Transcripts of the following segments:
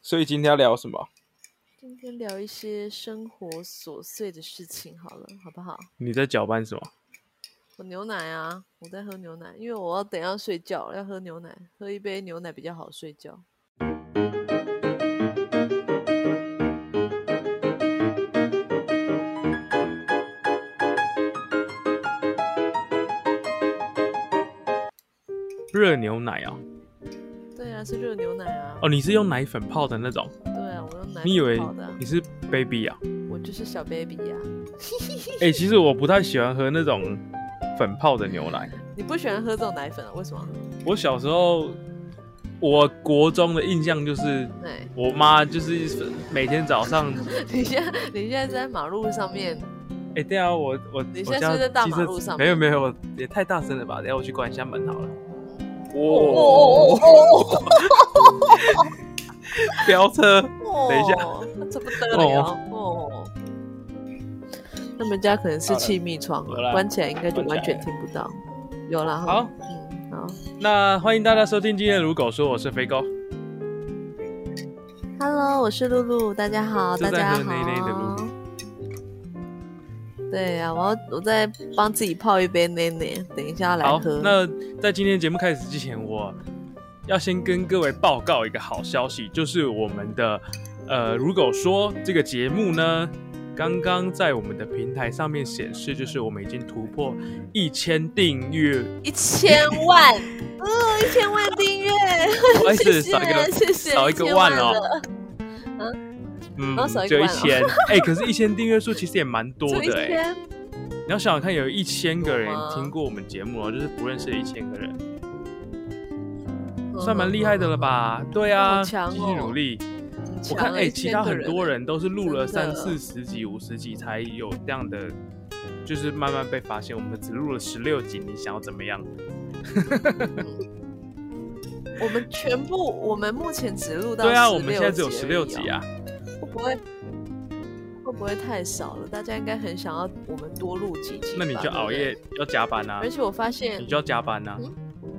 所以今天要聊什么？今天聊一些生活琐碎的事情好了，好不好？你在搅拌什么？我牛奶啊，我在喝牛奶，因为我要等一下睡觉了，要喝牛奶，喝一杯牛奶比较好睡觉。热牛奶啊？对啊，是热牛奶啊。哦，你是用奶粉泡的那种？对啊，我用奶你以为粉泡的啊、你是 baby 啊？我就是小 baby 呀、哎、其实我不太喜欢喝那种粉泡的牛奶。你不喜欢喝这种奶粉啊？为什么？我小时候，我国中的印象就是哎，我妈就是每天早上，你现在你现在是在马路上面，哎、对啊，我我你我现在家是不是在大机马车路上没有没有，我也太大声了吧？等一下我去关一下门好了。哦哦，飙车。等一下哦，那这不得了哦。他们家可能是气密窗啊好了好啦关起来应该就关完起来全听不到。有啦，好，嗯，好。那欢迎大家收听今天的《如狗说》，我是肥狗。 Hello，我是露露，大家好，正大在家喝内内的露好。对呀、我要我在帮自己泡一杯奶奶，等一下要来好喝，。那在今天节目开始之前，我要先跟各位报告一个好消息，就是我们的呃，如果说这个节目呢，刚刚在我们的平台上面显示，就是我们已经突破一千订阅，一千万， 嗯、一千万订阅，不好意谢思， 谢少一个谢谢，少一个万哦1000了，嗯哦少，一个就一万哦千， 哎，可是一千订阅数其实也蛮多就一的哎、千，你要想想看，有一千个人多吗听过我们节目哦，就是不认识的一千个人，嗯算蛮厉害的了？吧？对啊，好继强续哦努力。很我强看啊哎、 1000其他个很多人人都是录了真三的四十集、五十集才有这样的，就是慢慢被发现。我们只录了十六集，你想要怎么样？欸，我们全部，我们目前只录到对啊，我们现在只有十16六集集而已哦啊。会不会会不会太少了？大家应该很想要我们多录几集吧，那你就熬对夜不要加班啊对。而，且我发现你就要加班啊嗯。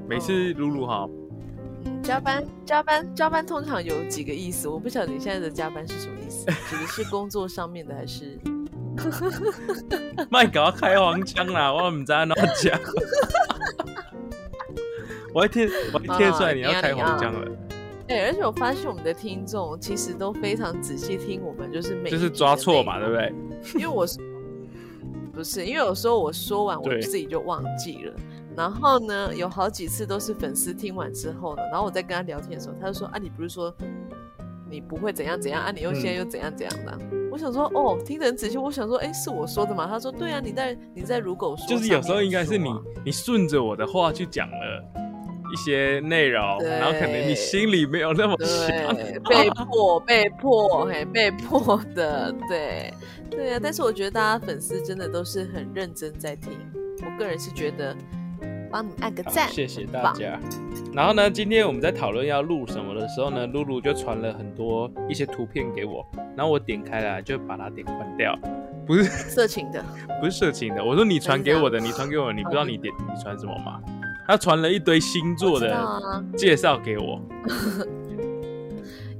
每次露露哈，嗯加班加班加班通常有几个意思，我不晓得你现在的加班是什么意思，指的是工作上面的还 是？麦搞开黄腔啦，我唔知道哪 讲。 我还听，我还听得啊出来你要开黄腔了，对，而且我发现我们的听众其实都非常仔细听我们，就是每就是抓错嘛，对的，不对？因为我是不是因为有时候我说完我对自己就忘记了。然后呢，有好几次都是粉丝听完之后呢，然后我在跟他聊天的时候，他就说：“啊，你不是说你不会怎样怎样啊？你又嗯现在又怎样怎样的啊、我想说：“哦，听得很仔细。”我想说：“哎，是我说的吗？”他说：“对啊，你在你在如狗说。”啊就是有时候应该是你，你顺着我的话去讲了一些内容，对然后可能你心里没有那 么想。对，被迫被迫嘿，被迫的，对对啊。但是我觉得大家粉丝真的都是很认真在听，我个人是觉得帮你按个好赞，谢谢很大棒。家。然后呢，今天我们在讨论要录什么的时候呢，露露就传了很多一些图片给我，然后我点开来就把它点关掉，不是色情的，不是色情的，我说你传给我的，你传给我的，你不知道你点你传什么吗？他传了一堆星座我知道的啊。介绍给我，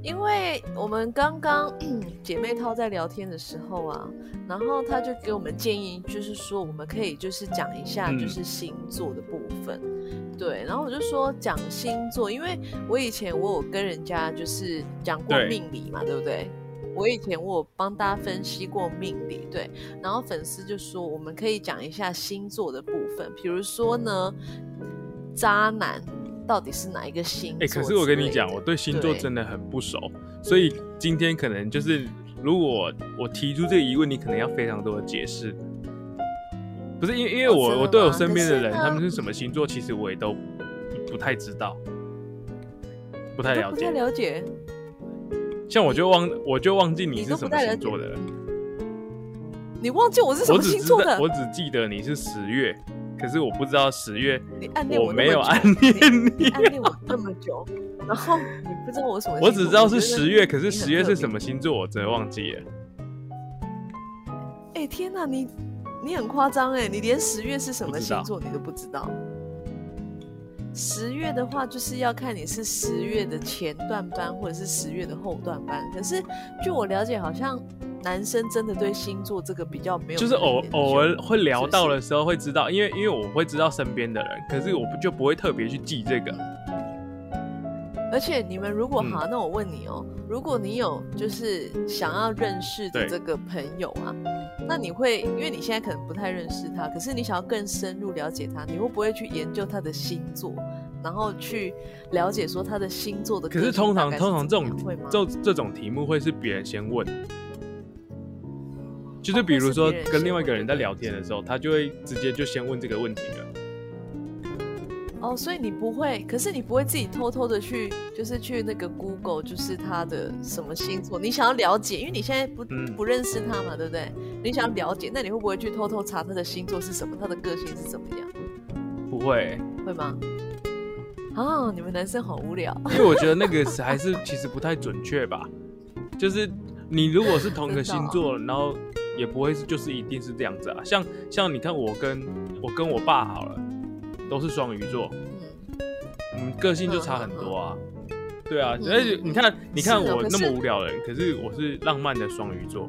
因为我们刚刚 姐妹淘在聊天的时候啊，然后她就给我们建议，就是说我们可以就是讲一下嗯就是星座的部分，对。然后我就说讲星座，因为我以前我有跟人家就是讲过对命理嘛，对不对？我以前我有帮大家分析过命理，对，然后粉丝就说我们可以讲一下星座的部分，比如说呢，渣男到底是哪一个星哎、座之类的？可是我跟你讲，我对星座对真的很不熟，所以今天可能就是，如果我提出这个疑问，你可能要非常多的解释。不是因为因为哦我、真的我对我吗身边的人可是呢他们是什么星座，其实我也都不不太知道，不太都了不解太。了解，像我就忘我就忘记你你都是不什么太了星解座的人，你忘记我是什我么只星知座道的？我只记得你是十月，可是我不知道十月你暗恋我那么没有久暗恋你啊你，暗恋我那么久，然后你不知道我什么星座？我只知道觉是得十月，可你是很十月特是别什？么星座我真的忘记了。哎、天哪，你你很夸张哎，你连十月是什不么知星道座你都不知道。十月的话，就是要看你是十月的前段班或者是十月的后段班。可是据我了解，好像男生真的对星座这个比较没有，就是偶偶尔会聊到了。的时候会知道，因为因为我会知道身边的人，可是我不就不会特别去记这个。而且你们如果嗯好，那我问你哦，如果你有就是想要认识的对这个朋友啊，那你会因为你现在可能不太认识他，可是你想要更深入了解他，你会不会去研究他的星座，然后去了解说他的星座的可个是性通大常概是怎么通样？常这会吗种？这这种题目会是别人先问，就是哦比会如是说别人跟先另外一问个的人在对聊天的时候，他就会直接就先问这个问题了。哦，所以你不会，可是你不会自己偷偷的去，就是去那个 Google，就是他的什么星座，你想要了解，因为你现在不、嗯不认识他嘛，对不对？你想要了解，那你会不会去偷偷查他的星座是什么，他的个性是怎么样，不会，会吗？啊，你们男生好无聊， 因为我觉得那个是还是其实不太准确吧。就是你如果是同一个星 座，哦然后也不会是就是一定是这样子啊。像像你看我跟我跟我爸好了，都是双鱼座，嗯，我们个性就差很多啊。对啊，嗯而且你看你看是哦我可是那么无聊的人，可是我是浪漫的双鱼座，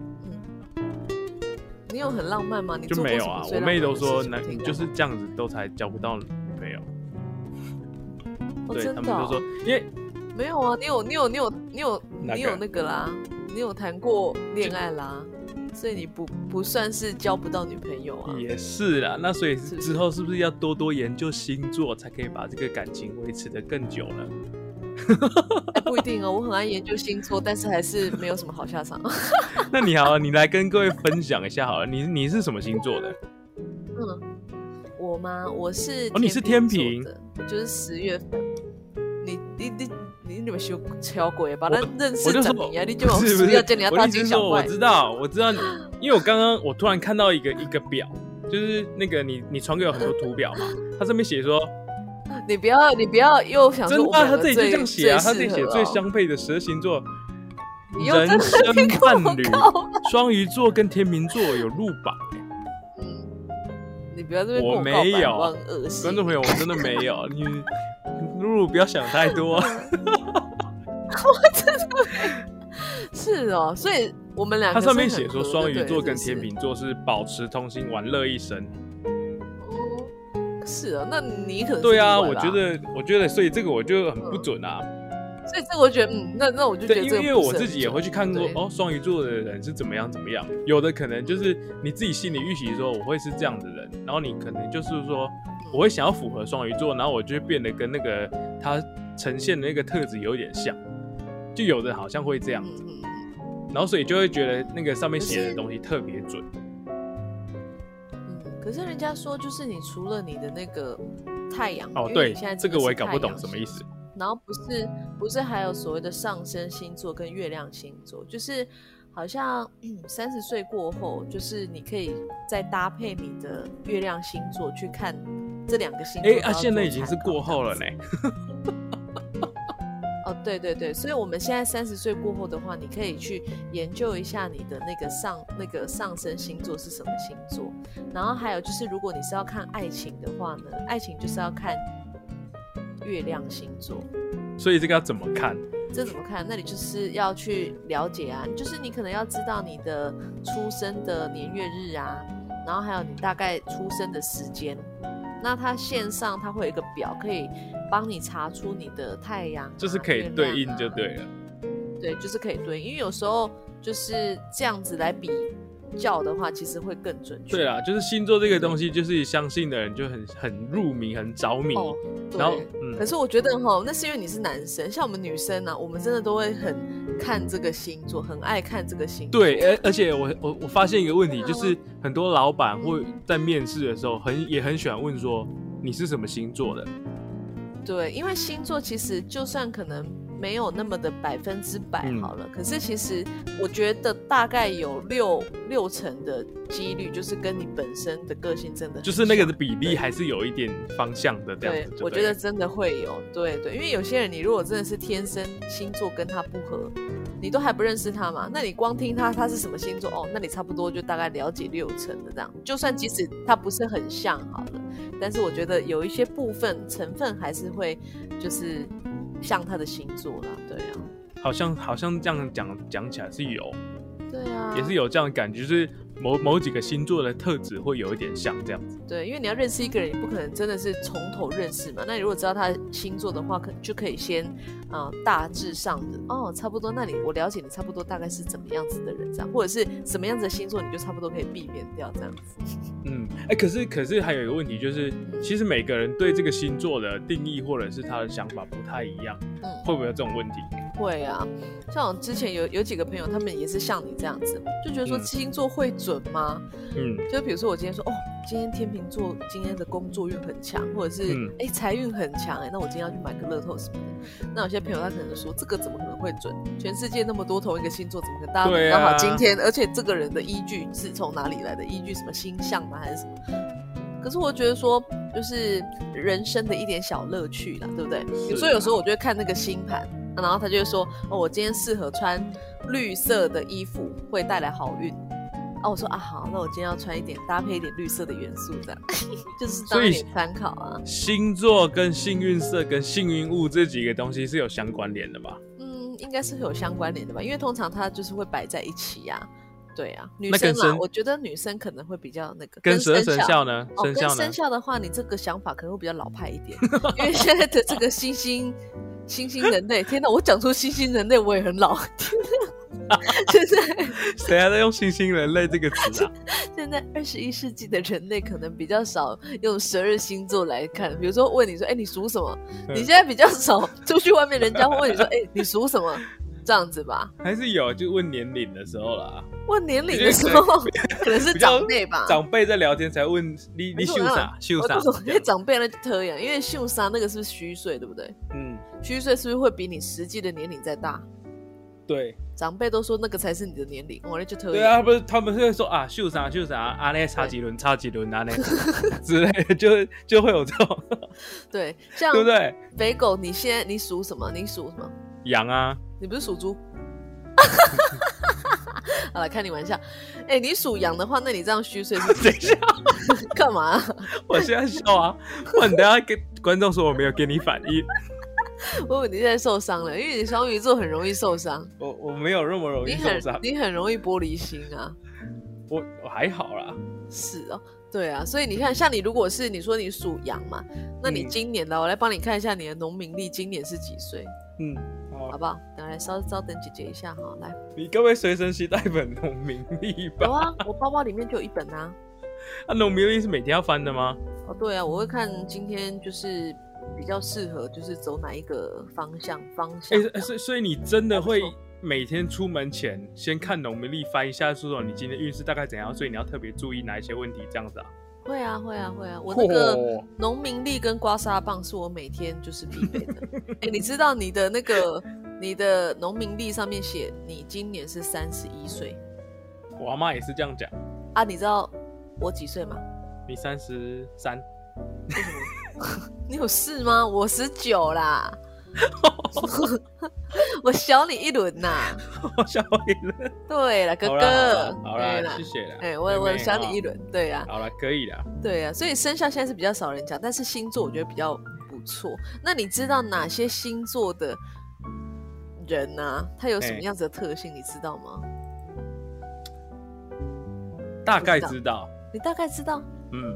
你有很浪漫吗？你就做过没有什么啊。最我浪漫妹都的事说情男听你过就是这样子都才交不到女朋友，哦对真他的们哦就说因为没有啊，你有你有你有你有哪个你有那个啦，你有谈过恋爱啦，所以你不不算是交不到女朋友啊。也是啦，那所以是不是之后是不是要多多研究星座，才可以把这个感情维持的更久呢？ 哎不一定哦，我很爱研究星座，但是还是没有什么好下场。 那你好，啊你来跟各位分享一下好了，你你是什么星座的？嗯，我吗？我是哦你是秤座的，就是十月份。你你你你怎么修敲鬼？把他认识我就怎说么样？你就不是不要见你是，要我的大意思惊是小说，我怪。知道我知道你，因为我刚刚我突然看到一个一个表，就是那个你你传给我很多图表嘛，它上面写说，你不要你不要又想真说的我啊、们他两自个己就最这样写啊，最他自己适写合最哦相配的十二星座，你又在人那生边跟我伴侣告白，双鱼座跟天秤座有入榜、嗯，你不要这边跟我告白没有我很恶心。观众朋友，我真的没有你，露露不要想太多。是哦，所以我们两它个上面是写很说，合双鱼的对座跟是不是天秤座是保持通心、玩乐一生。哦，是啊，那你可能是对啊，例外我啦嗯觉，得，我觉得，所以这个我就很不准啊。所以这个我觉得，嗯，那那我就觉对，得因这为个因为不是我很自己也准会去看过对哦，双鱼座的人是怎么样怎么样。有的可能就是你自己心里预期说我会是这样的人，然后你可能就是说我会想要符合双鱼座，然后我就会变得跟那个他呈现的那个特质有点像。就有的好像会这样嗯，嗯然后所以就会觉得那个上面可是写的东西特别准。嗯嗯。可是人家说，就是你除了你的那个太阳，因哦，为对你现在，这个我也搞不懂真的是什么太阳意思。然后不是不是还有所谓的上升星座跟月亮星座，就是好像嗯三十岁过后，就是你可以再搭配你的月亮星座去看这两个星座哎都要做参考。啊，现在已经是过后了呢。哦，对对对，所以我们现在三十岁过后的话，你可以去研究一下你的那个上那个上升星座是什么星座，然后还有就是，如果你是要看爱情的话呢，爱情就是要看月亮星座。所以这个要怎么看？这怎么看？那你就是要去了解啊，就是你可能要知道你的出生的年月日啊，然后还有你大概出生的时间。那它线上它会有一个表，可以帮你查出你的太阳啊、就是可以对应就月亮啊对了。对，就是可以对应，因为有时候就是这样子来比较的话，其实会更准确。对啦，就是星座这个东西，就是相信的人就很很入迷、很着迷。哦，对然后可嗯，是我觉得哈，那是因为你是男生，像我们女生呢、啊我们真的都会很看这个星座，很爱看这个星座。对，呃而而且我我我发现一个问题，嗯就是很多老板会在面试的时候很也很喜欢问说你是什么星座的，对，因为星座其实就算可能没有那么的百分之百嗯好了。可是其实我觉得大概有六六成的几率，就是跟你本身的个性真的很就是那个的像比例还是有一点方向的这样对子。，我就对觉了得真的会有，对对，因为有些人你如果真的是天生星座跟他不合，你都还不认识他嘛，那你光听他他是什么星座哦，那你差不多就大概了解六成的这样。就算即使他不是很像好了，但是我觉得有一些部分成分还是会就是像他的星座啦，对啊，好像好像这样讲讲起来是有，对啊，也是有这样的感觉，就是某某几个星座的特质会有一点像这样子。对，因为你要认识一个人，你不可能真的是从头认识嘛。那你如果知道他星座的话，可就可以先啊、呃大致上的哦，差不多。那你我了解你差不多大概是怎么样子的人，这样或者是什么样子的星座，你就差不多可以避免掉这样子。嗯，哎、可是可是还有一个问题就是，其实每个人对这个星座的定义或者是他的想法不太一样，嗯，会不会有这种问题？会啊，像我之前有有几个朋友，他们也是像你这样子，就觉得说嗯星座会准吗？嗯，就比如说我今天说哦，今天天秤座今天的工作运很强，或者是哎、嗯诶财运很强哎、诶那我今天要去买个乐透什么的。那有些朋友他可能就说这个怎么可能会准？全世界那么多同一个星座，怎么可能大家都对啊刚好今天？而且这个人的依据是从哪里来的？依据什么星象吗？还是什么？可是我觉得说，就是人生的一点小乐趣啦，对不对？比如说是啊有时候我就会看那个星盘，然后他就会说哦，我今天适合穿绿色的衣服，会带来好运。啊，我说啊好，那我今天要穿一点搭配一点绿色的元素，这样就是当所以一点参考啊。星座跟幸运色跟幸运物这几个东西是有相关联的吧？嗯，应该是会有相关联的吧，因为通常它就是会摆在一起呀、对啊，女那生跟啦生，我觉得女生可能会比较那个跟十二生肖肖呢？生哦，跟肖生呢？肖的话，你这个想法可能会比较老派一 点，因为现在的这个新兴新兴人类，天哪，我讲出新兴人类，我也很老，天哪， 现在谁还在用“新兴人类”这个词啊？现在二十一世纪的人类可能比较少用十二星座来看，比如说问你说，哎、你属什么？嗯你现在比较少出去外面，人家会问你说，哎、你属什么？这样子吧。还是有，就问年龄的时候啦。问年龄的时候，可能是长辈吧。长辈在聊天才问你，你没错啊秀啥？秀我啥不？懂，因为长辈那就特样，因为秀三那个是虚岁，对不对？嗯，虚岁是不是会比你实际的年龄再大？对，长辈都说那个才是你的年龄，我那就特对啊，不是他们会说啊，秀啥秀啥，啊那差几轮，差几轮啊那之类的，就就会有这种，对，像对不对？肥狗，你现在你属什么？你属什么？羊啊，你不是属猪？ 好了，开你玩笑。哎、你属羊的话，那你这样虚岁是 等一下，干嘛？ 我现在笑啊，不然等一下给观众说我没有给你反应，我以为你现在受伤了，因为你双鱼座很容易受伤，我我没有那么容易你受很伤，你很容易玻璃心啊。我我还好啦，是哦，对啊，所以你看，像你如果是你说你属羊嘛，那你嗯今年的、我来帮你看一下你的农民历今年是几岁，嗯，好好，不好？等来稍稍等姐姐一下哈，来，你各位随身携带本农民历有吧？啊，我包包里面就有一本啊。啊，农民历是每天要翻的吗？哦，对啊，我会看今天就是比较适合，就是走哪一个方向方向哎、这样。所以所以你真的还不会错每天出门前先看农民历翻一下，说说你今天运势大概怎样，所以你要特别注意哪一些问题，这样子啊？会啊，会啊，会啊！我那个嚯农民历跟刮痧棒是我每天就是必备 的。哎、你知道你的那个你的农民历上面写你今年是三十一岁我阿妈也是这样讲，啊？你知道我几岁吗？你三十三，你有事吗？我十九啦， 我小你一轮呐。我笑你了。对了，哥好哥啦，好啦，对啦谢谢啦。哎、我我妹妹小你一哦。轮，对啊呀、好了，可以啦。对呀、所以生肖现在是比较少人讲，但是星座我觉得比较不错。那你知道哪些星座的人呢、啊？他有什么哎样子的特性，你知道吗？大概不知道，你大概知道？嗯，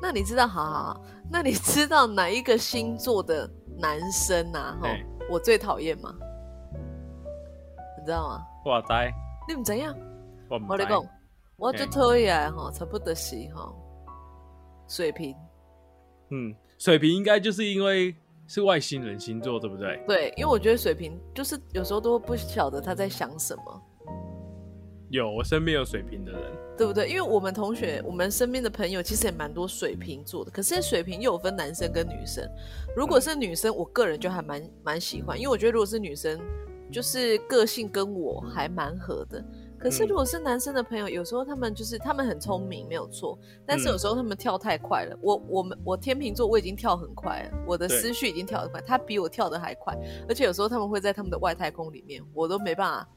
那你知道？好好好，那你知道哪一个星座的男生啊？哈、哎我最讨厌吗？你知道吗？哇塞，你们怎样？我们我跟你讲，我嘿最讨厌吼，差不多是吼水瓶。嗯，水瓶应该就是因为是外星人星座，对不对？对，因为我觉得水瓶就是有时候都不晓得他在想什么。有，我身边有水瓶的人，对不对？因为我们同学，我们身边的朋友其实也蛮多水瓶座的，可是水瓶又有分男生跟女生。如果是女生，我个人就还蛮蛮喜欢，因为我觉得如果是女生，就是个性跟我还蛮合的。可是如果是男生的朋友，有时候他们就是他们很聪明，没有错，但是有时候他们跳太快了。我我们我天秤座我已经跳很快了，我的对思绪已经跳得快，他比我跳得还快，而且有时候他们会在他们的外太空里面，我都没办法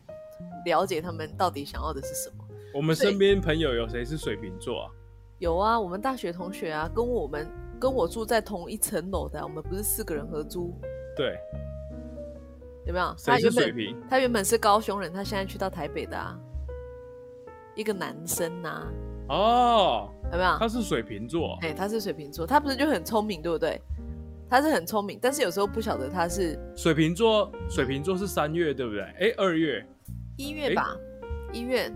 了解他们到底想要的是什么。我们对身边朋友有谁是水瓶座啊？有啊，我们大学同学啊，跟我们跟我住在同一层楼的啊、我们不是四个人合租，对，有没有？谁他是原水本瓶？他原本是高雄人，他现在去到台北的啊，一个男生呐、啊，哦，有没有？他是水瓶座，哎、他是水瓶座，他不是就很聪明，对不对？他是很聪明，但是有时候不晓得他是水瓶座，水瓶座是三月对不对？哎，二月，一月吧，一月。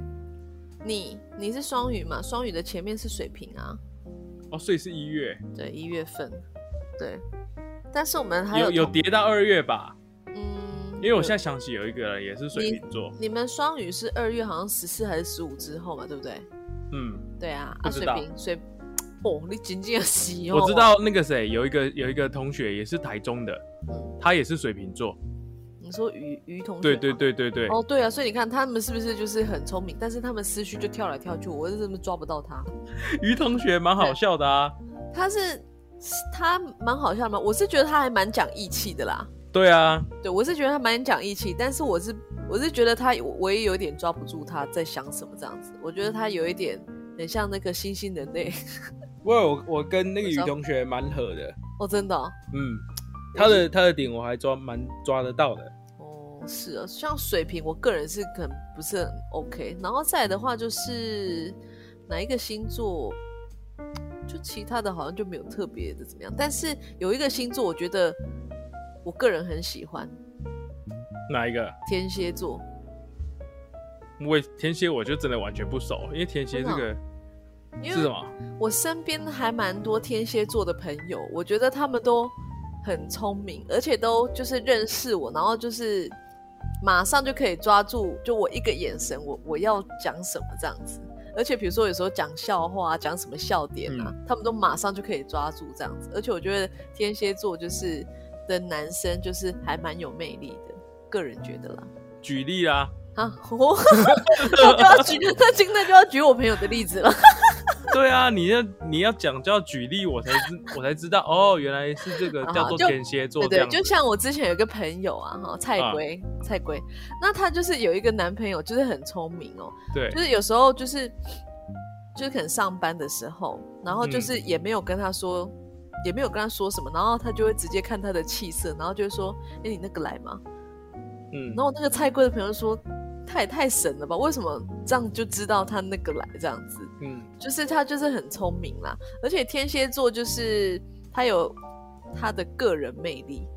你你是双鱼嘛？双鱼的前面是水瓶啊，哦，所以是一月，对，一月份，对。但是我们还有有有同跌到二月吧？嗯，因为我有现在想起有一个人也是水瓶座，你们双鱼是二月好像十四还是十五之后嘛，对不对？嗯，对啊，不啊知水道瓶水，哦，你仅仅洗哦，我知，道那个谁有一个有一个同学也是台中的，嗯，他也是水瓶座，你说于于同学，对对，对对对，哦对啊，所以你看他们是不是就是很聪明，但是他们思绪就跳来跳去，我是怎么抓不到他？于同学蛮好笑的啊，他是他蛮好笑的嘛，我是觉得他还蛮讲义气的啦，对啊，对我是觉得他蛮讲义气，但是我是我是觉得他我我也有点抓不住他在想什么这样子，我觉得他有一点很像那个新兴人类， 我有我跟那个于知道同学蛮合的，哦真的、哦。嗯，他的他的点我还抓蛮抓得到的，哦，是啊，像水瓶，我个人是可能不是很 OK。然后再来的话，就是哪一个星座，就其他的好像就没有特别的怎么样。但是有一个星座，我觉得我个人很喜欢哪一个？天蝎座。我天蝎我就真的完全不熟，因为天蝎这个哦因为是什么？我身边还蛮多天蝎座的朋友，我觉得他们都很聪明，而且都就是认识我，然后就是马上就可以抓住，就我一个眼神，我我要讲什么这样子。而且比如说有时候讲笑话、啊，讲什么笑点啊，他们都马上就可以抓住这样子。而且我觉得天蝎座就是的男生就是还蛮有魅力的，个人觉得啦。举例啦，啊，我 那就要举，那今天就要举我朋友的例子了。对啊，你要你要讲就要举例，我才知我才知道哦，原来是这个啊叫做就天蝎座这对对，样子嗯就像我之前有一个朋友啊，哈，蔡圭，蔡圭，那她就是有一个男朋友，就是很聪明哦，对就是有时候就是就是可能上班的时候，然后嗯就是也没有跟他说，也没有跟他说什么，然后他就会直接看他的气色，然后就会说，哎，你那个来吗？嗯然，后我那个蔡圭的朋友说，他也太神了吧，为什么这样就知道他那个来这样子？嗯，就是他就是很聪明啦，而且天蝎座就是他有他的个人魅力，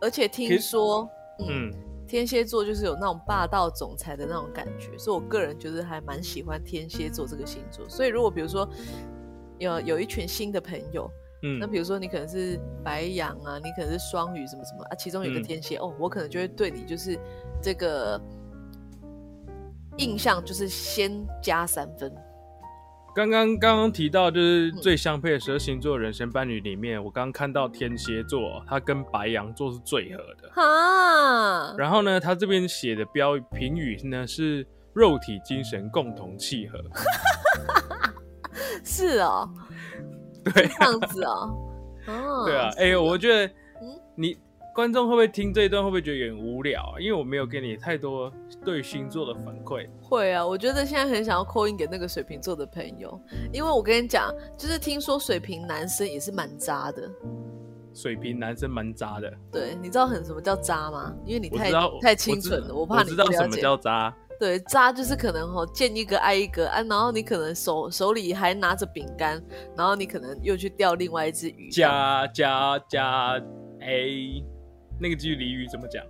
而且其听实说，嗯，嗯，天蝎座就是有那种霸道总裁的那种感觉，所以我个人就是还蛮喜欢天蝎座这个星座。所以如果比如说有有一群新的朋友，那嗯，比如说你可能是白羊啊，你可能是双鱼什么什么啊，其中有一个嗯天蝎、哦，我可能就会对你就是这个印象就是先加三分。刚刚刚刚提到就是嗯最相配的十二星座人生伴侣里面，我刚刚看到天蝎座，它跟白羊座是最合的。哈，然后呢，他这边写的标评语呢是肉体精神共同契合，是哦， 对啊这样 子哦，哦，对啊，哎、我觉得嗯你观众会不会听这一段，会不会觉得有点无聊、啊？因为我没有给你太多对星座的反馈。会啊，我觉得现在很想要扣音给那个水瓶座的朋友，因为我跟你讲，就是听说水瓶男生也是蛮渣的，水瓶男生蛮渣的，对，你知道很什么叫渣吗？因为你我太知道太清纯了，我怕知我你知不道了什么解。叫渣。对，渣就是可能哦，见一个爱一个啊，然后你可能手手里还拿着饼干，然后你可能又去钓另外一只鱼，加加加 A，那个句俚语怎么讲？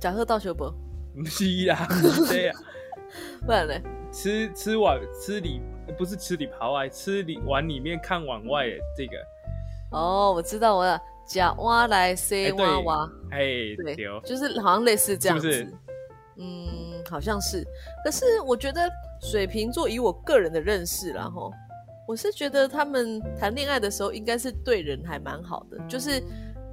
假设到修博，不是啦， 不是这样，不然嘞，吃吃碗吃里不是吃里扒外，吃里碗里面看碗外的这个，哦，我知道我了，假蛙来塞哎对蛙蛙。哎，对对哦，就是好像类似这样子。是不是嗯，好像是。可是我觉得水瓶座以我个人的认识啦，然后我是觉得他们谈恋爱的时候应该是对人还蛮好的，就是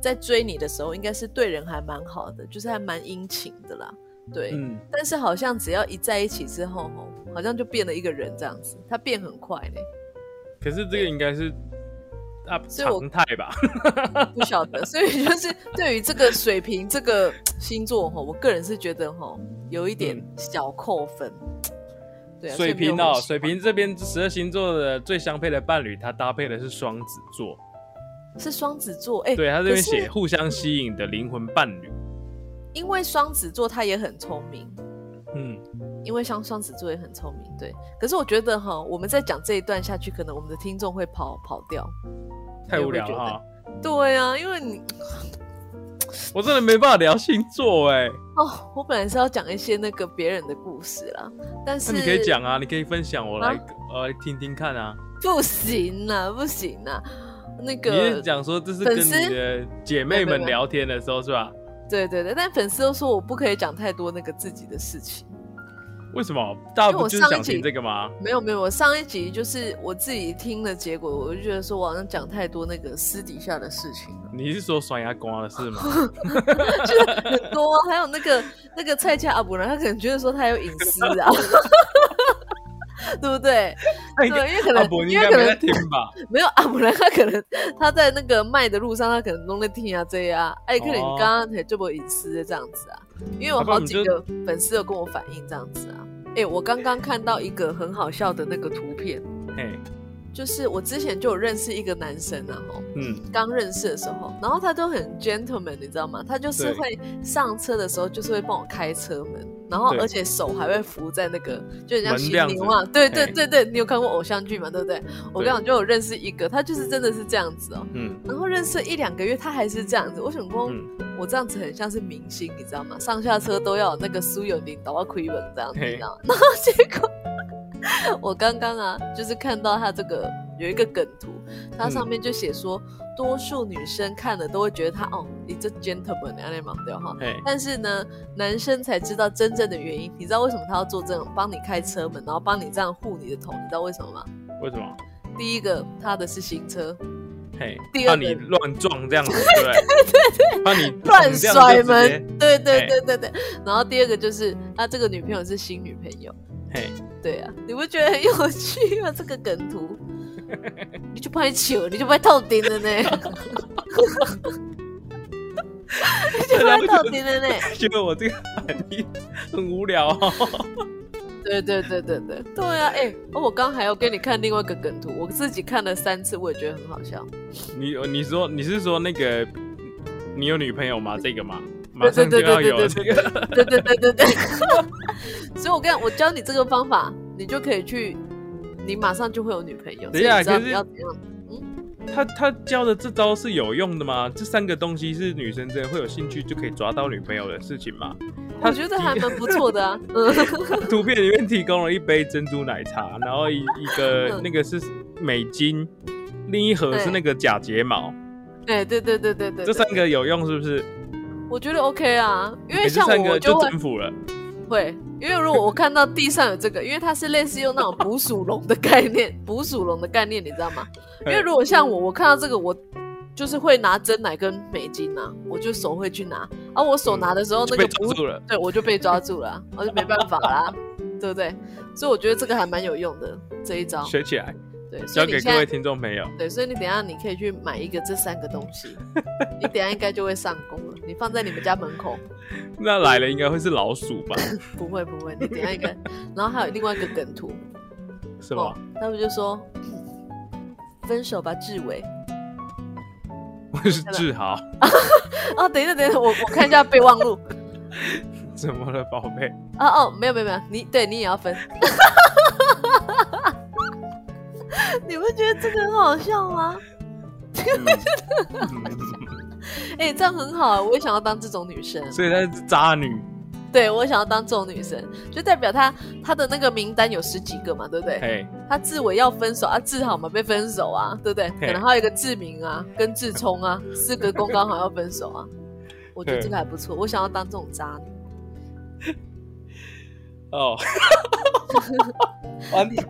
在追你的时候应该是对人还蛮好的，就是还蛮殷勤的啦。对，嗯，但是好像只要一在一起之后，吼，好像就变了一个人这样子，他变很快呢、可是这个应该是啊所以我常态吧？不晓得，所以就是对于这个水瓶这个星座哈，我个人是觉得哈有一点小扣分。对、啊，嗯水所以瓶没有哦很，喜水欢瓶这边十二星座的最相配的伴侣，他搭配的是双子座，是双子座，哎、对他这边可写是互相吸引的灵魂伴侣，因为双子座他也很聪明，嗯，因为像双子座也很聪明，对。可是我觉得哈，我们再讲这一段下去，可能我们的听众会跑跑掉。太无聊你有了没有觉哈得，对啊，因为你我真的没办法聊星座哎，哦，我本来是要讲一些那个别人的故事啦，但是那你可以讲啊，你可以分享，我来啊我来听听看啊。不行啦，不行啦，那你是个讲说这是粉跟丝你的姐妹没有没们有聊天的时候是吧？对对对，但粉丝都说我不可以讲太多那个自己的事情。为什么大家因为不我就是上一想听集这个吗？，没有没有，我上一集就是我自己听的结果，我就觉得说我好像讲太多那个私底下的事情了 你是说甩牙瓜的事吗？就是很多、啊，还有那个那个蔡恰阿布然，他可能觉得说他有隐私啊， 对不对？那对，应该因为可阿能伯你因应为该可没在能听吧？没有阿布然，他可能他在那个卖的路上，他可能弄在听啊这啊，哎，可能哦你刚刚才就没有隐私的这样子啊，因为我好吧我好们几就个粉丝有跟我反映这样子啊，哎，我刚刚看到一个很好笑的那个图片。嘿，就是我之前就有认识一个男生啊，吼，嗯，刚认识的时候，然后他都很 gentleman，你知道吗？他就是对会上车的时候，就是会帮我开车门，然后对而且手还会扶在那个，就很像门犀这样牛子啊，对对嘿对对，你有看过偶像剧嘛？对不对？我跟你讲，就有认识一个，他就是真的是这样子哦。嗯然后认识一两个月，他还是这样子。我想说，嗯，我这样子很像是明星，你知道吗？上下车都要有那个苏有林倒到亏本这样子，嘿你知道吗？ 然后结果 我刚刚啊，就是看到他这个有一个梗图，它上面就写说，多数女生看了都会觉得他哦，你这 gentleman 啊，那嘛对哈。嘿，但是呢，男生才知道真正的原因。你知道为什么他要做这种帮你开车门，然后帮你这样护你的头？你知道为什么吗？为什么？第一个，他的是新车，嘿，第怕二你个乱撞这样子，对不对？怕你乱撞这甩样就直接门，对对嘿对对对。然后第二个就是他这个女朋友是新女朋友，嘿，对啊，你不觉得很有趣吗？这个梗图， 你就拍球，你就拍透顶了 呢，你就拍透顶了呢。觉得我这个很很无聊哦。对对对对对对啊！哎、哦我刚还要给你看另外一个梗图，我自己看了三次，我也觉得很好笑。你你说你是说那个你有女朋友吗？这个吗？马对对上就对要对对有了这对对个，对对对对对。 所以我跟你讲我教你这个方法，你就可以去，你马上就会有女朋友。等一下所以可你是知道你要怎样？他他教的这招是有用的吗？这三个东西是女生真的会有兴趣就可以抓到女朋友的事情吗？他我觉得还蛮不错 的啊。嗯，图片里面提供了一杯珍珠奶茶，然后一一个嗯那个是美金，另一盒是那个假睫毛，哎，对对对对这对对，三个有用是不是？我觉得 OK 啊，因哎这为像三我个我就会征服了。会，因为如果我看到地上有这个，因为它是类似用那种捕鼠笼的概念， 捕鼠笼的概念，你知道吗？嗯因为如果像我，我看到这个，我就是会拿真奶跟美金啊，我就手会去拿，而、我手拿的时候，嗯就那被个抓捕住了。对我就被抓住了啊、我就没办法啦，对不对？所以我觉得这个还蛮有用的这一招，学起来，对，所交以你给现各位在听众朋友。对，所以你等一下你可以去买一个这三个东西，你等一下应该就会上工了，你放在你们家门口。那来了应该会是老鼠 吧？不会不会，你等一下一个，然后还有另外一个梗图，是吗？他们就说分手吧，志伟。我是志豪，哦，等一下等一下，我我看一下备忘录。怎么了，宝贝？哦哦，没有没有没有，你对你也要分。 你不觉得这个很好笑吗？ 嗯嗯哎、这样很好、啊，我也想要当这种女生。所以她是渣女，对我也想要当这种女生，就代表她她的那个名单有十几个嘛，对不对？嘿，她志伟要分手啊，志豪嘛被分手啊，对不对？嘿可能还有一个志明啊，跟志聪啊，四个公刚好要分手啊。我觉得这个还不错，我想要当这种渣女。 哦，完蛋！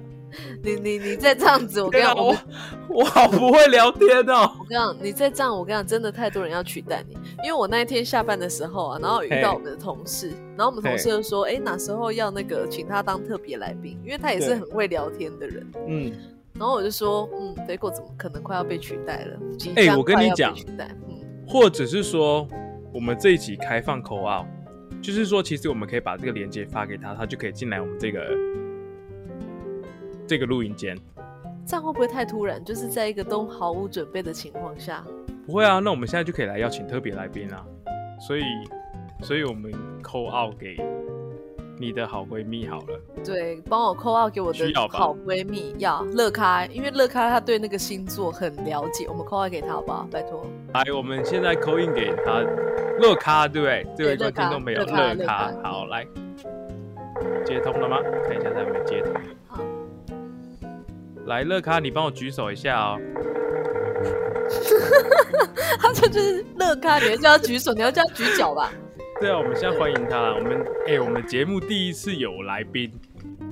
你你你再这样子，我跟天啊你讲，我我们我好不会聊天哦。我跟你讲，你再这样，我跟你讲，真的太多人要取代你。因为我那一天下班的时候啊，然后遇到嘿我们的同事，然后我们同事就说，哎，哪时候要那个请他当特别来宾，因为他也是对很会聊天的人。嗯，然后我就说，嗯，肥狗怎么可能快要被取代了？即哎将我跟快你要被讲取代，嗯，或者是说，我们这一集开放口号，就是说，其实我们可以把这个链接发给他，他就可以进来我们这个这个录音间。这样会不会太突然？就是在一个都毫无准备的情况下，不会啊，那我们现在就可以来邀请特别来宾啊。所以，所以我们扣 out 给你的好闺蜜好了。对，帮我扣号给我的需要吧好闺蜜要乐咖，因为乐咖她对那个星座很了解，我们扣号给她好不好？拜托，来，我们现在扣印给他乐咖，对不对？这位观乐咖众听众朋友，乐咖乐乐咖咖，好，来接通了吗？看一下他有没有接通好。来，乐咖，你帮我举手一下哦。她这就是乐咖，你要叫她举手，你要叫她举脚吧？对啊，我们现在欢迎他了。我们哎、我们节目第一次有来宾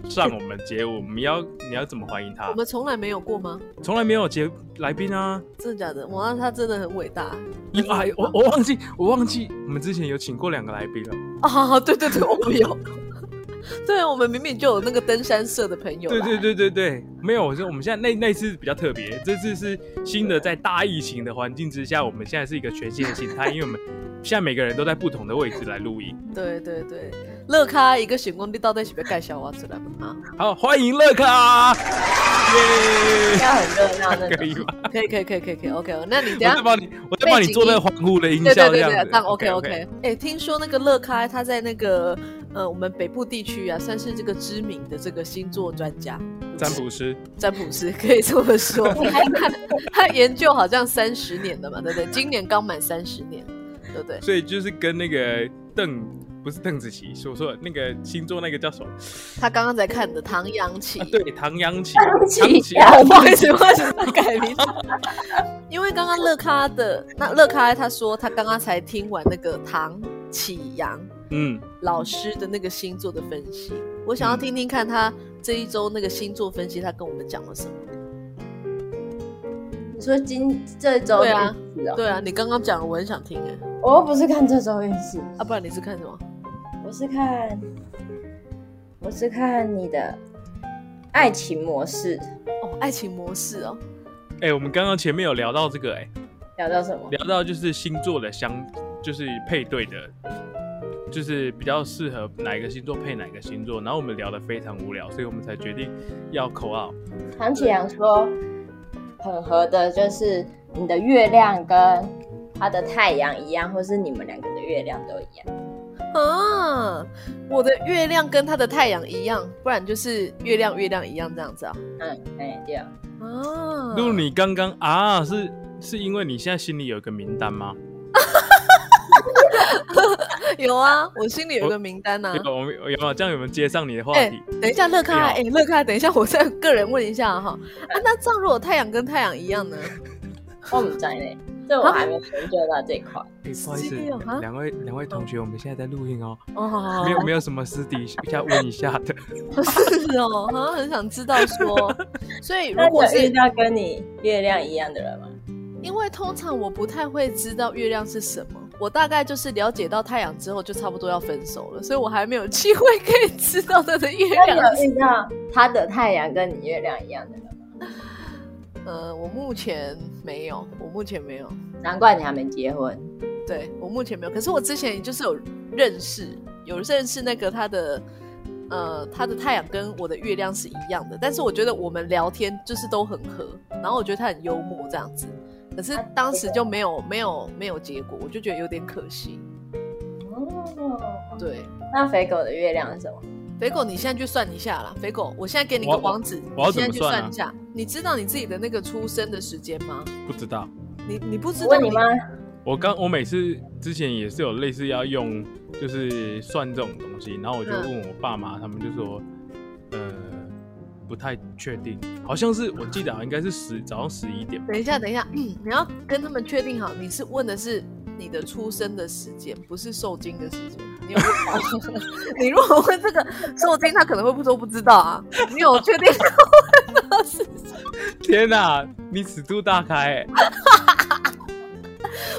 上我们节目，我们要你要怎么欢迎他我？们从来没有过吗？从来没有节来宾啊。真的假的？哇，那她真的很伟大因啊，我我忘记，我忘记，我们之前有请过两个来宾了。啊！对对对，我们有， 对啊我们明明就有那个登山社的朋友，对对。对嗯对对，没有，我说我们现在那那次比较特别，这次是新的，在大疫情的环境之下，我们现在是一个全新的形态，因为我 们现在每个人都在不同的位置来录音。对对对，乐咖一个选工地到底是不是盖小娃出来嘛？啊，好，欢迎乐咖，耶、应 该很热闹 那可以种。吧？可以可以可以可以可以，OK。那你等一我下在帮你，我在帮你做那个欢呼的音效，对对样对对，子。这样 OK OK。哎、听说那个乐咖他在那个呃我们北部地区啊，算是这个知名的这个星座专家占卜师，占卜师，可以这么说。 他他研究好像三十年了嘛，对不对？今年刚满三十年，对不对？所以就是跟那个邓，不是邓紫棋，是我说的那个星座那个叫什么？他刚刚在看的唐扬奇。啊，对，唐扬琪，唐扬琪唐不好意思，不好意思，他改名字。因为刚刚乐咖的那乐咖他说他刚刚才听完那个唐启阳嗯，老师的那个星座的分析，我想要嗯听听看他这一周那个星座分析，他跟我们讲了什么。你说今这周对啊运势哦， 对啊，你刚刚讲了，我很想听哎、我又不是看这周运势，啊，不然你是看什么？我是看我是看你的爱情模式，哦，爱情模式哦，哎、我们刚刚前面有聊到这个、哎，聊到什么？聊到就是星座的相，就是配对的，就是比较适合哪一个星座配哪个星座。然后我们聊得非常无聊，所以我们才决定要口号。嗯唐启阳说，很合的就是你的月亮跟他的太阳一样，或是你们两个的月亮都一样。啊，我的月亮跟他的太阳一样，不然就是月亮月亮一样这样子啊。嗯，哎，对啊，啊，露，你刚刚啊，是是因为你现在心里有一个名单吗？有啊，我心里有一个名单呐、啊有我们有吗？这样有没有接上你的话嗯哎、题？等一下，乐咖，哎、你乐咖，等一下，我再个人问一下哈。啊，那这样如果太阳跟太阳一样呢？我们 在嘞，这我还没研究到这一块。哎、不好意思是有啊，两位两位同学，我们现在在录音哦，哦，好好好没有没有什么私底下问一下的。是哦，好像很想知道说，所以那如你果有遇是到跟你月亮一样的人吗？因为通常我不太会知道月亮是什么，我大概就是了解到太阳之后就差不多要分手了，所以我还没有机会可以知道它的月那你亮。有遇到他的太阳跟你月亮一样的人吗？呃，我目前没有，我目前没有，难怪你还没结婚。对我目前没有。可是我之前就是有认识，有认识那个他的。呃，他的太阳跟我的月亮是一样的，但是我觉得我们聊天就是都很合，然后我觉得他很幽默这样子，嗯可是当时就没有没有没有结果，我就觉得有点可惜。哦，对，那肥狗的月亮是什么？肥狗，你现在去算一下啦。肥狗，我现在给你一个我我网址，我要你现在去怎么算啊算一下。你知道你自己的那个出生的时间吗？不知道，你你不知我道问你妈，我刚我每次之前也是有类似要用，就是算这种东西，然后我嗯就问我爸妈，他们就说，呃，不太确定，好像是我记得好像应该是十早上十一点吧， 等一下，等一下，嗯你要跟他们确定好，你是问的是你的出生的时间，不是受精的时间。你有问吗？ 你如果问这个周金，他可能会不说不知道啊。你有确定 他问的事情？天哪、你尺度大开、欸，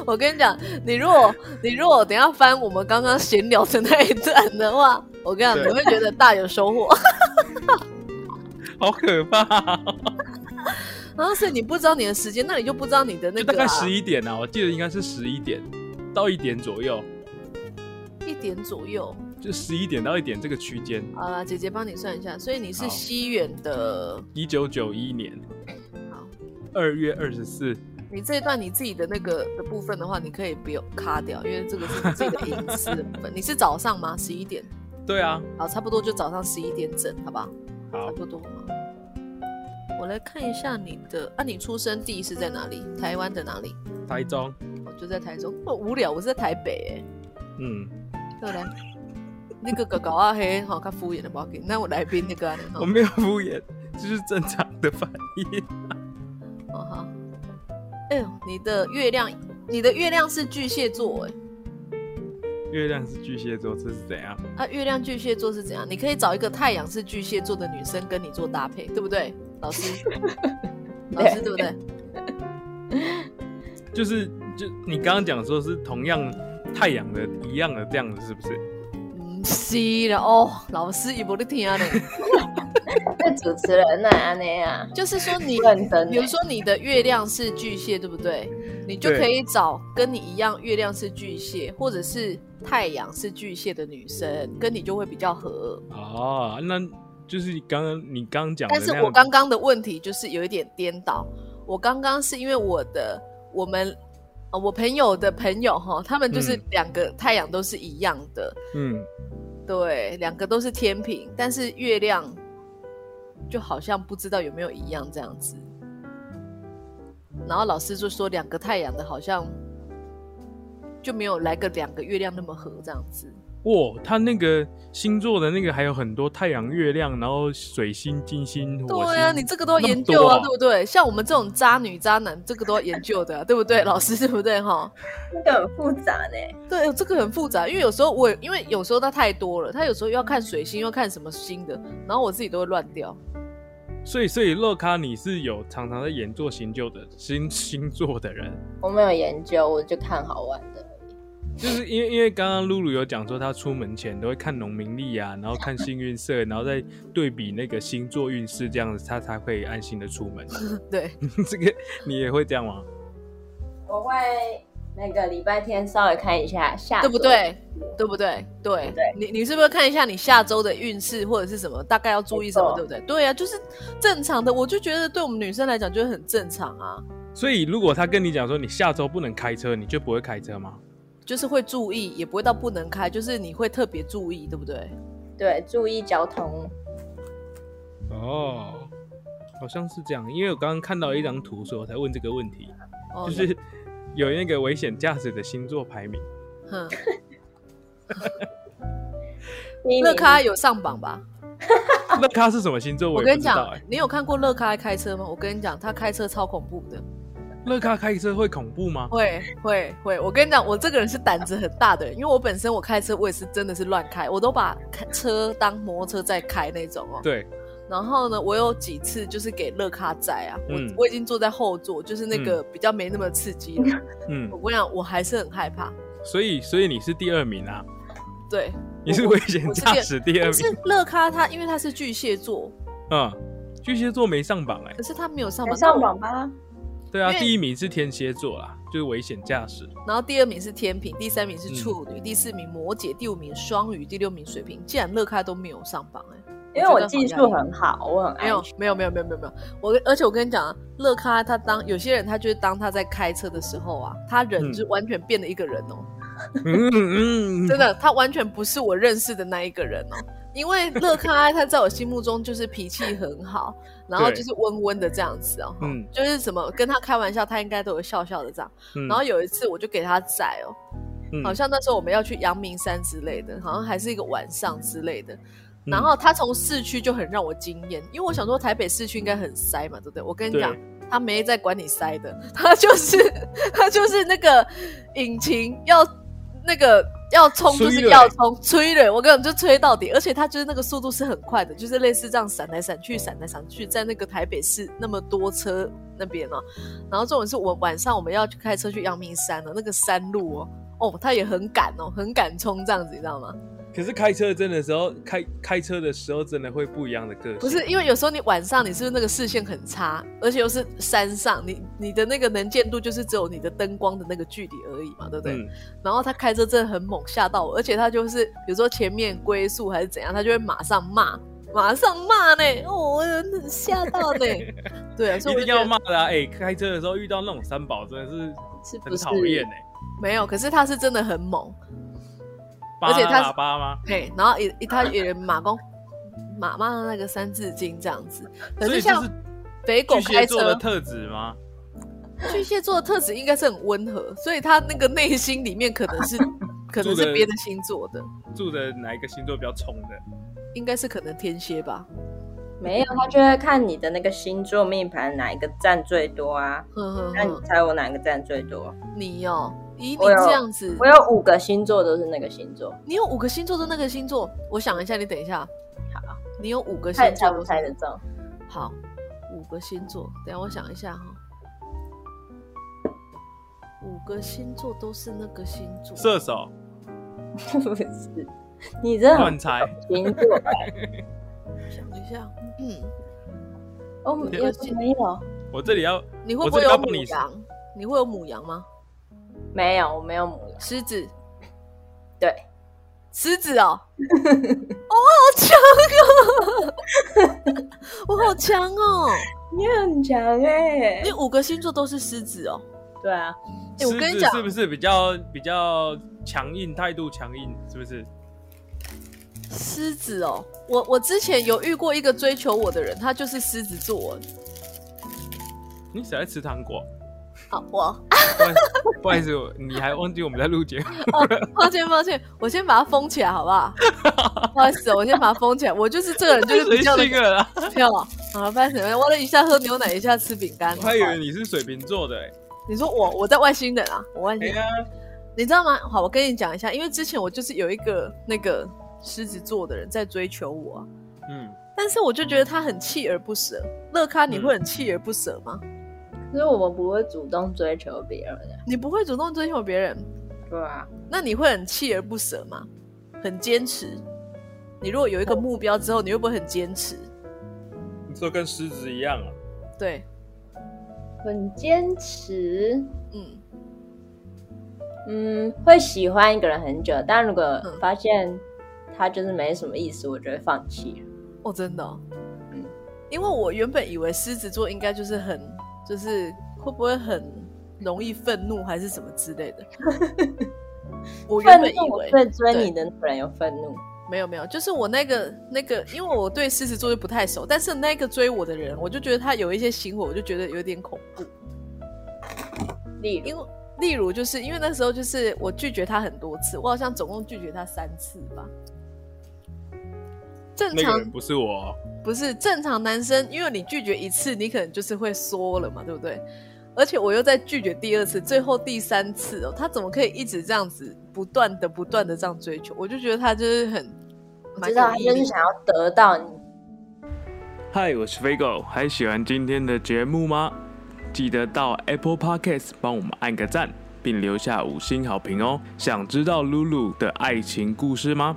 我跟你讲，你如果你如果等一下翻我们刚刚闲聊的那一段的话，我跟你讲，对你会觉得大有收获。 好可怕、然啊后所以你不知道你的时间，那你就不知道你的那就个、大啊、概十一点啊，我记得应该是十一点到一点左右，一点左右。就十一点到一点这个区间。好啦，姐姐帮你算一下，所以你是好西元的，一九九一年好，二月二十四，你这一段你自己的那个的部分的话，你可以不用卡掉，因为这个是你自己的隐私的部分。你是早上吗？十一点，对啊，好，差不多就早上十一点整，好不好？差好，不多嘛。我来看一下你的，啊，你出生地是在哪里？台湾的哪里？台中，我就在台中。我无聊，我是在台北嗯，哎、欸。对来，那个狗狗啊嘿，好，看敷衍的不要紧。那我来宾那个啊，你好我没有敷衍，这是正常的反应。哦好。哎呦，你的月亮，你的月亮是巨蟹座哎、月亮是巨蟹座，这是怎样？啊，月亮巨蟹座是怎样？你可以找一个太阳是巨蟹座的女生跟你做搭配，对不对，老师？老师对不对？就是就你刚刚讲说是同样太阳的一样的这样子，是不是？嗯，是了哦，老师一波的听啊嘞， 那主持人那安内 啊，就是说你，认真比欸如说你的月亮是巨蟹，对不对？你就对可以找跟你一样月亮是巨蟹，或者是太阳是巨蟹的女生，跟你就会比较合。哦，那就是刚刚你刚刚讲的但那样是子，我刚刚的问题就是有一点颠倒，我刚刚是因为我的我们。呃我朋友的朋友哈，他们就是嗯两个太阳都是一样的，嗯，对，两个都是天平，但是月亮就好像不知道有没有一样这样子。然后老师就说两个太阳的好像就没有来个两个月亮那么合这样子。哇，他那个星座的那个还有很多太阳、月亮，然后水星、金星、火星。对啊，你这个都要那么研究多啊，哦对不对？像我们这种渣女渣男，这个都要研究的啊、对不对？老师，对不对？哈，这个很复杂呢。对，这个很复杂，因为有时候我，因为有时候它太多了，它有时候又要看水星，又要看什么星的，然后我自己都会乱掉。所以，所以乐咖你是有常常在研究星座的星星座的 人，我没有研究，我就看好玩的。就是因为因为刚刚露露有讲说，她出门前都会看农民历啊，然后看幸运色，然后再对比那个星座运势，这样子她才会安心的出门。 对，这个你也会这样吗？我会那个礼拜天稍微看一下下，对不对？？对不对？对，对你你是不是看一下你下周的运势或者是什么，大概要注意什么，没对错不对？对啊，就是正常的，我就觉得对我们女生来讲就是很正常啊，所以如果她跟你讲说你下周不能开车，你就不会开车吗？就是会注意，也不会到不能开，就是你会特别注意，对不对？对，注意交通。哦，好像是这样，因为我刚刚看到一张图，所以我才问这个问题，哦就，是有那个危险驾驶的星座排名。哼，第一乐名咖有上榜吧？乐咖是什么星座？我也跟不你知道讲哎、，你有看过乐咖开车吗？我跟你讲，他开车超恐怖的，乐咖开车会恐怖吗？会会会。我跟你讲，我这个人是胆子很大的人，因为我本身我开车我也是真的是乱开，我都把开车当摩托车在开那种哦。对，然后呢，我有几次就是给乐咖载啊，我、嗯我已经坐在后座，就是那个比较没那么刺激 了。嗯我，跟你讲，我还是很害怕。所以所以你是第二名啊，对，你是危险驾驶第二但是名。乐咖他因为他是巨蟹座，嗯，巨蟹座没上榜哎、可是他没有上来榜，上榜吧。对啊，因为第一名是天蝎座啦，就是危险驾驶。然后第二名是天平，第三名嗯是处女，第四名摩羯，第五名双鱼，第六名水瓶。竟然乐咖都没有上榜哎、因为我技术很好，我很没爱有，没有，没有，没有，没有，没有。我而且我跟你讲啊，乐咖他当有些人，他就是当他在开车的时候啊，他人嗯就完全变了一个人哦， 嗯嗯，真的，他完全不是我认识的那一个人哦。因为乐咖他在我心目中就是脾气很好，然后对就是温温的这样子哦，嗯就是什么跟他开玩笑，他应该都有笑笑的这样。嗯然后有一次我就给他载哦，嗯好像那时候我们要去阳明山之类的，好像还是一个晚上之类的。嗯然后他从市区就很让我惊艳，因为我想说台北市区应该很塞嘛，对不对？我跟你对讲，他没在管你 塞的，他就是他就是那个引擎要那个要冲就催是泪要冲，催泪，我跟你讲就催到底，而且它就是那个速度是很快的，就是类似这样闪来闪去，闪来闪去，在那个台北市那么多车那边哦。然后这种是我晚上我们要去开车去阳明山的、那个山路哦，哦，他也很赶哦，很敢冲这样子，你知道吗？嗯可是开车真的时候，开开车的时候真的会不一样的个性。不是，因为有时候你晚上你是不是那个视线很差，而且又是山上，你你的那个能见度就是只有你的灯光的那个距离而已嘛，对不对？嗯，然后他开车真的很猛，吓到我，而且他就是有时候前面龟速还是怎样，他就会马上骂，马上骂呢，哦我很吓到 呢。对啊，所以一我定就觉得要骂啦！哎、开车的时候遇到那种三宝真的是是很不是？讨厌哎，没有，可是他是真的很猛，扒而且他喇叭吗？嘿，然后也也他也马公马骂那个三字经这样子，可所是以这像是北狗巨开蟹座车的，特质吗？巨蟹座的特质应该是很温和，所以他那个内心里面可能 是可能住的是别的星座的，住的哪一个星座比较冲的？应该是可能天蝎吧，没有，他就会看你的那个星座命盘哪一个占最多啊。呵呵那你呵，猜我哪个占最多？你哦，以你我有这样子，我有五个星座都是那个星座，你有五个星座的那个星座，我想一下，你等一下。好，你有五个星猜座猜不都是猜得中？ 好，五个星座，等一下我想一下哈。五个星座都是那个星座，射手不是，你这乱猜，星座吧？想一下，嗯，哦，对有什么没有？我这里要你会我不这会个要有帮母你羊？你会有母羊吗？没有，我没有母羊。狮子，对，狮子哦，我好强哦，我好强哦！你很强哎、你五个星座都是狮子哦，对啊，哎狮我跟你子讲是不是比较比较强硬，态度强硬，是不是？狮子哦，我我之前有遇过一个追求我的人，他就是狮子座你谁在吃糖果？啊，我不好意思不好意思，我你还忘记我们在录节目？抱歉，抱歉，我先把它封起来，好不好？不好意思，我先把它封起来。 我就是这个人，就是谁比较的这个 啊？票啊。好了，抱歉，我了一下喝牛奶，一下吃饼干我。还以为你是水瓶座的哎。你说我，我在外星人啊，我外星哎人，呀，你知道吗？好，我跟你讲一下，因为之前我就是有一个那个狮子座的人在追求我啊、嗯，但是我就觉得他很锲而不舍。乐咖，你会很锲而不舍吗？可是我们不会主动追求别人啊的，你不会主动追求别人，对啊，那你会很锲而不舍吗？很坚持。你如果有一个哦目标之后，你会不会很坚持？你说跟狮子一样啊？对，很坚持。嗯。嗯，会喜欢一个人很久，但如果嗯发现他就是没什么意思，我就会放弃了。哦，真的、哦，嗯因为我原本以为狮子座应该就是很，就是会不会很容易愤怒还是什么之 类的。我原愤本以怒，我为对追对你的那个人有愤怒，没有没有，就是我那个那个，因为我对狮子座就不太熟，但是那个追我的人，我就觉得他有一些行为，我就觉得有点恐怖。例如因为例如就是因为那时候就是我拒绝他很多次，我好像总共拒绝他三次吧。正那个常人不是我哦，不是正常男生，因为你拒绝一次，你可能就是会缩了嘛，对不对？而且我又再拒绝第二次，最后第三次哦，他怎么可以一直这样子不断的、不断的这样追求？我就觉得他就是很，我知道他就是想要得到你，嗨，我是飞狗，还喜欢今天的节目吗？记得到 Apple Podcast 帮我们按个赞，并留下五星好评哦。想知道露露的爱情故事吗？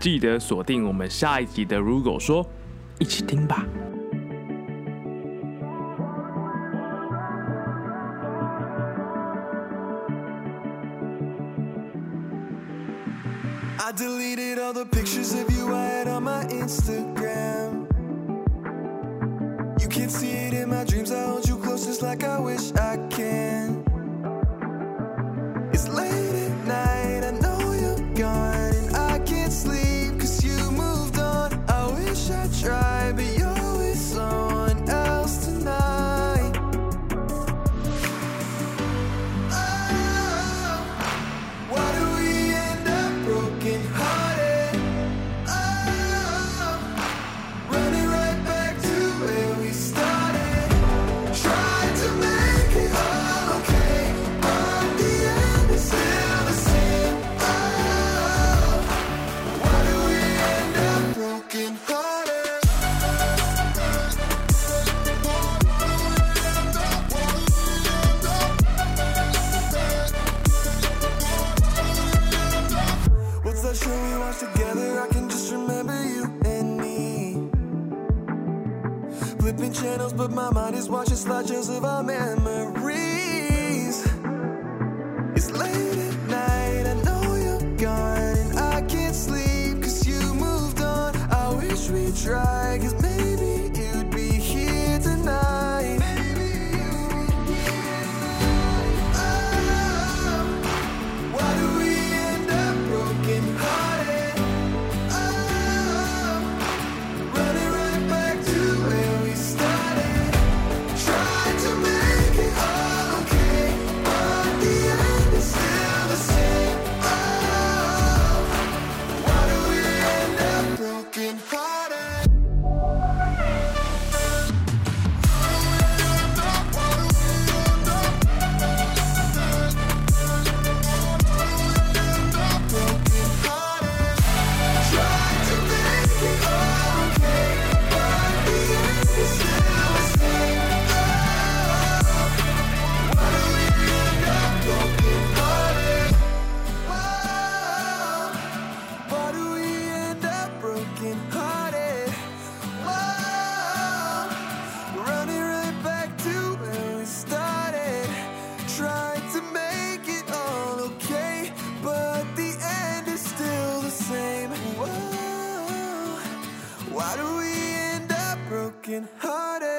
记得锁定我们下一集的《如果说》，一起听吧。 I deleted all the pictures of you I had on my Instagram. You can't see it in my dreams. I hold you close just like I wish I can. It's late at night. I know you're gone. And I can't sleep cause you moved on. I wish I tried, but you're with someone else tonight. Oh. Why do we end up broken hearted? Oh, running right back to where we started. Tried to make it hard. Oh, channels, but my mind is watching slideshows of our memories. It's late at night, I know you're gone, and I can't sleep cause you moved on. I wish we tried, cause maybe you'd be here tonight. Oh, why do we end up broken hearted? Oh, running right back to where we started. Tried to make it all okay, but the end is still the same. Oh, why do we end up broken hearted? Why do we end up broken hearted? Whoa, running right back to where we started. Tried to make it all okay, but the end is still the same. Whoa, why do we end up broken hearted?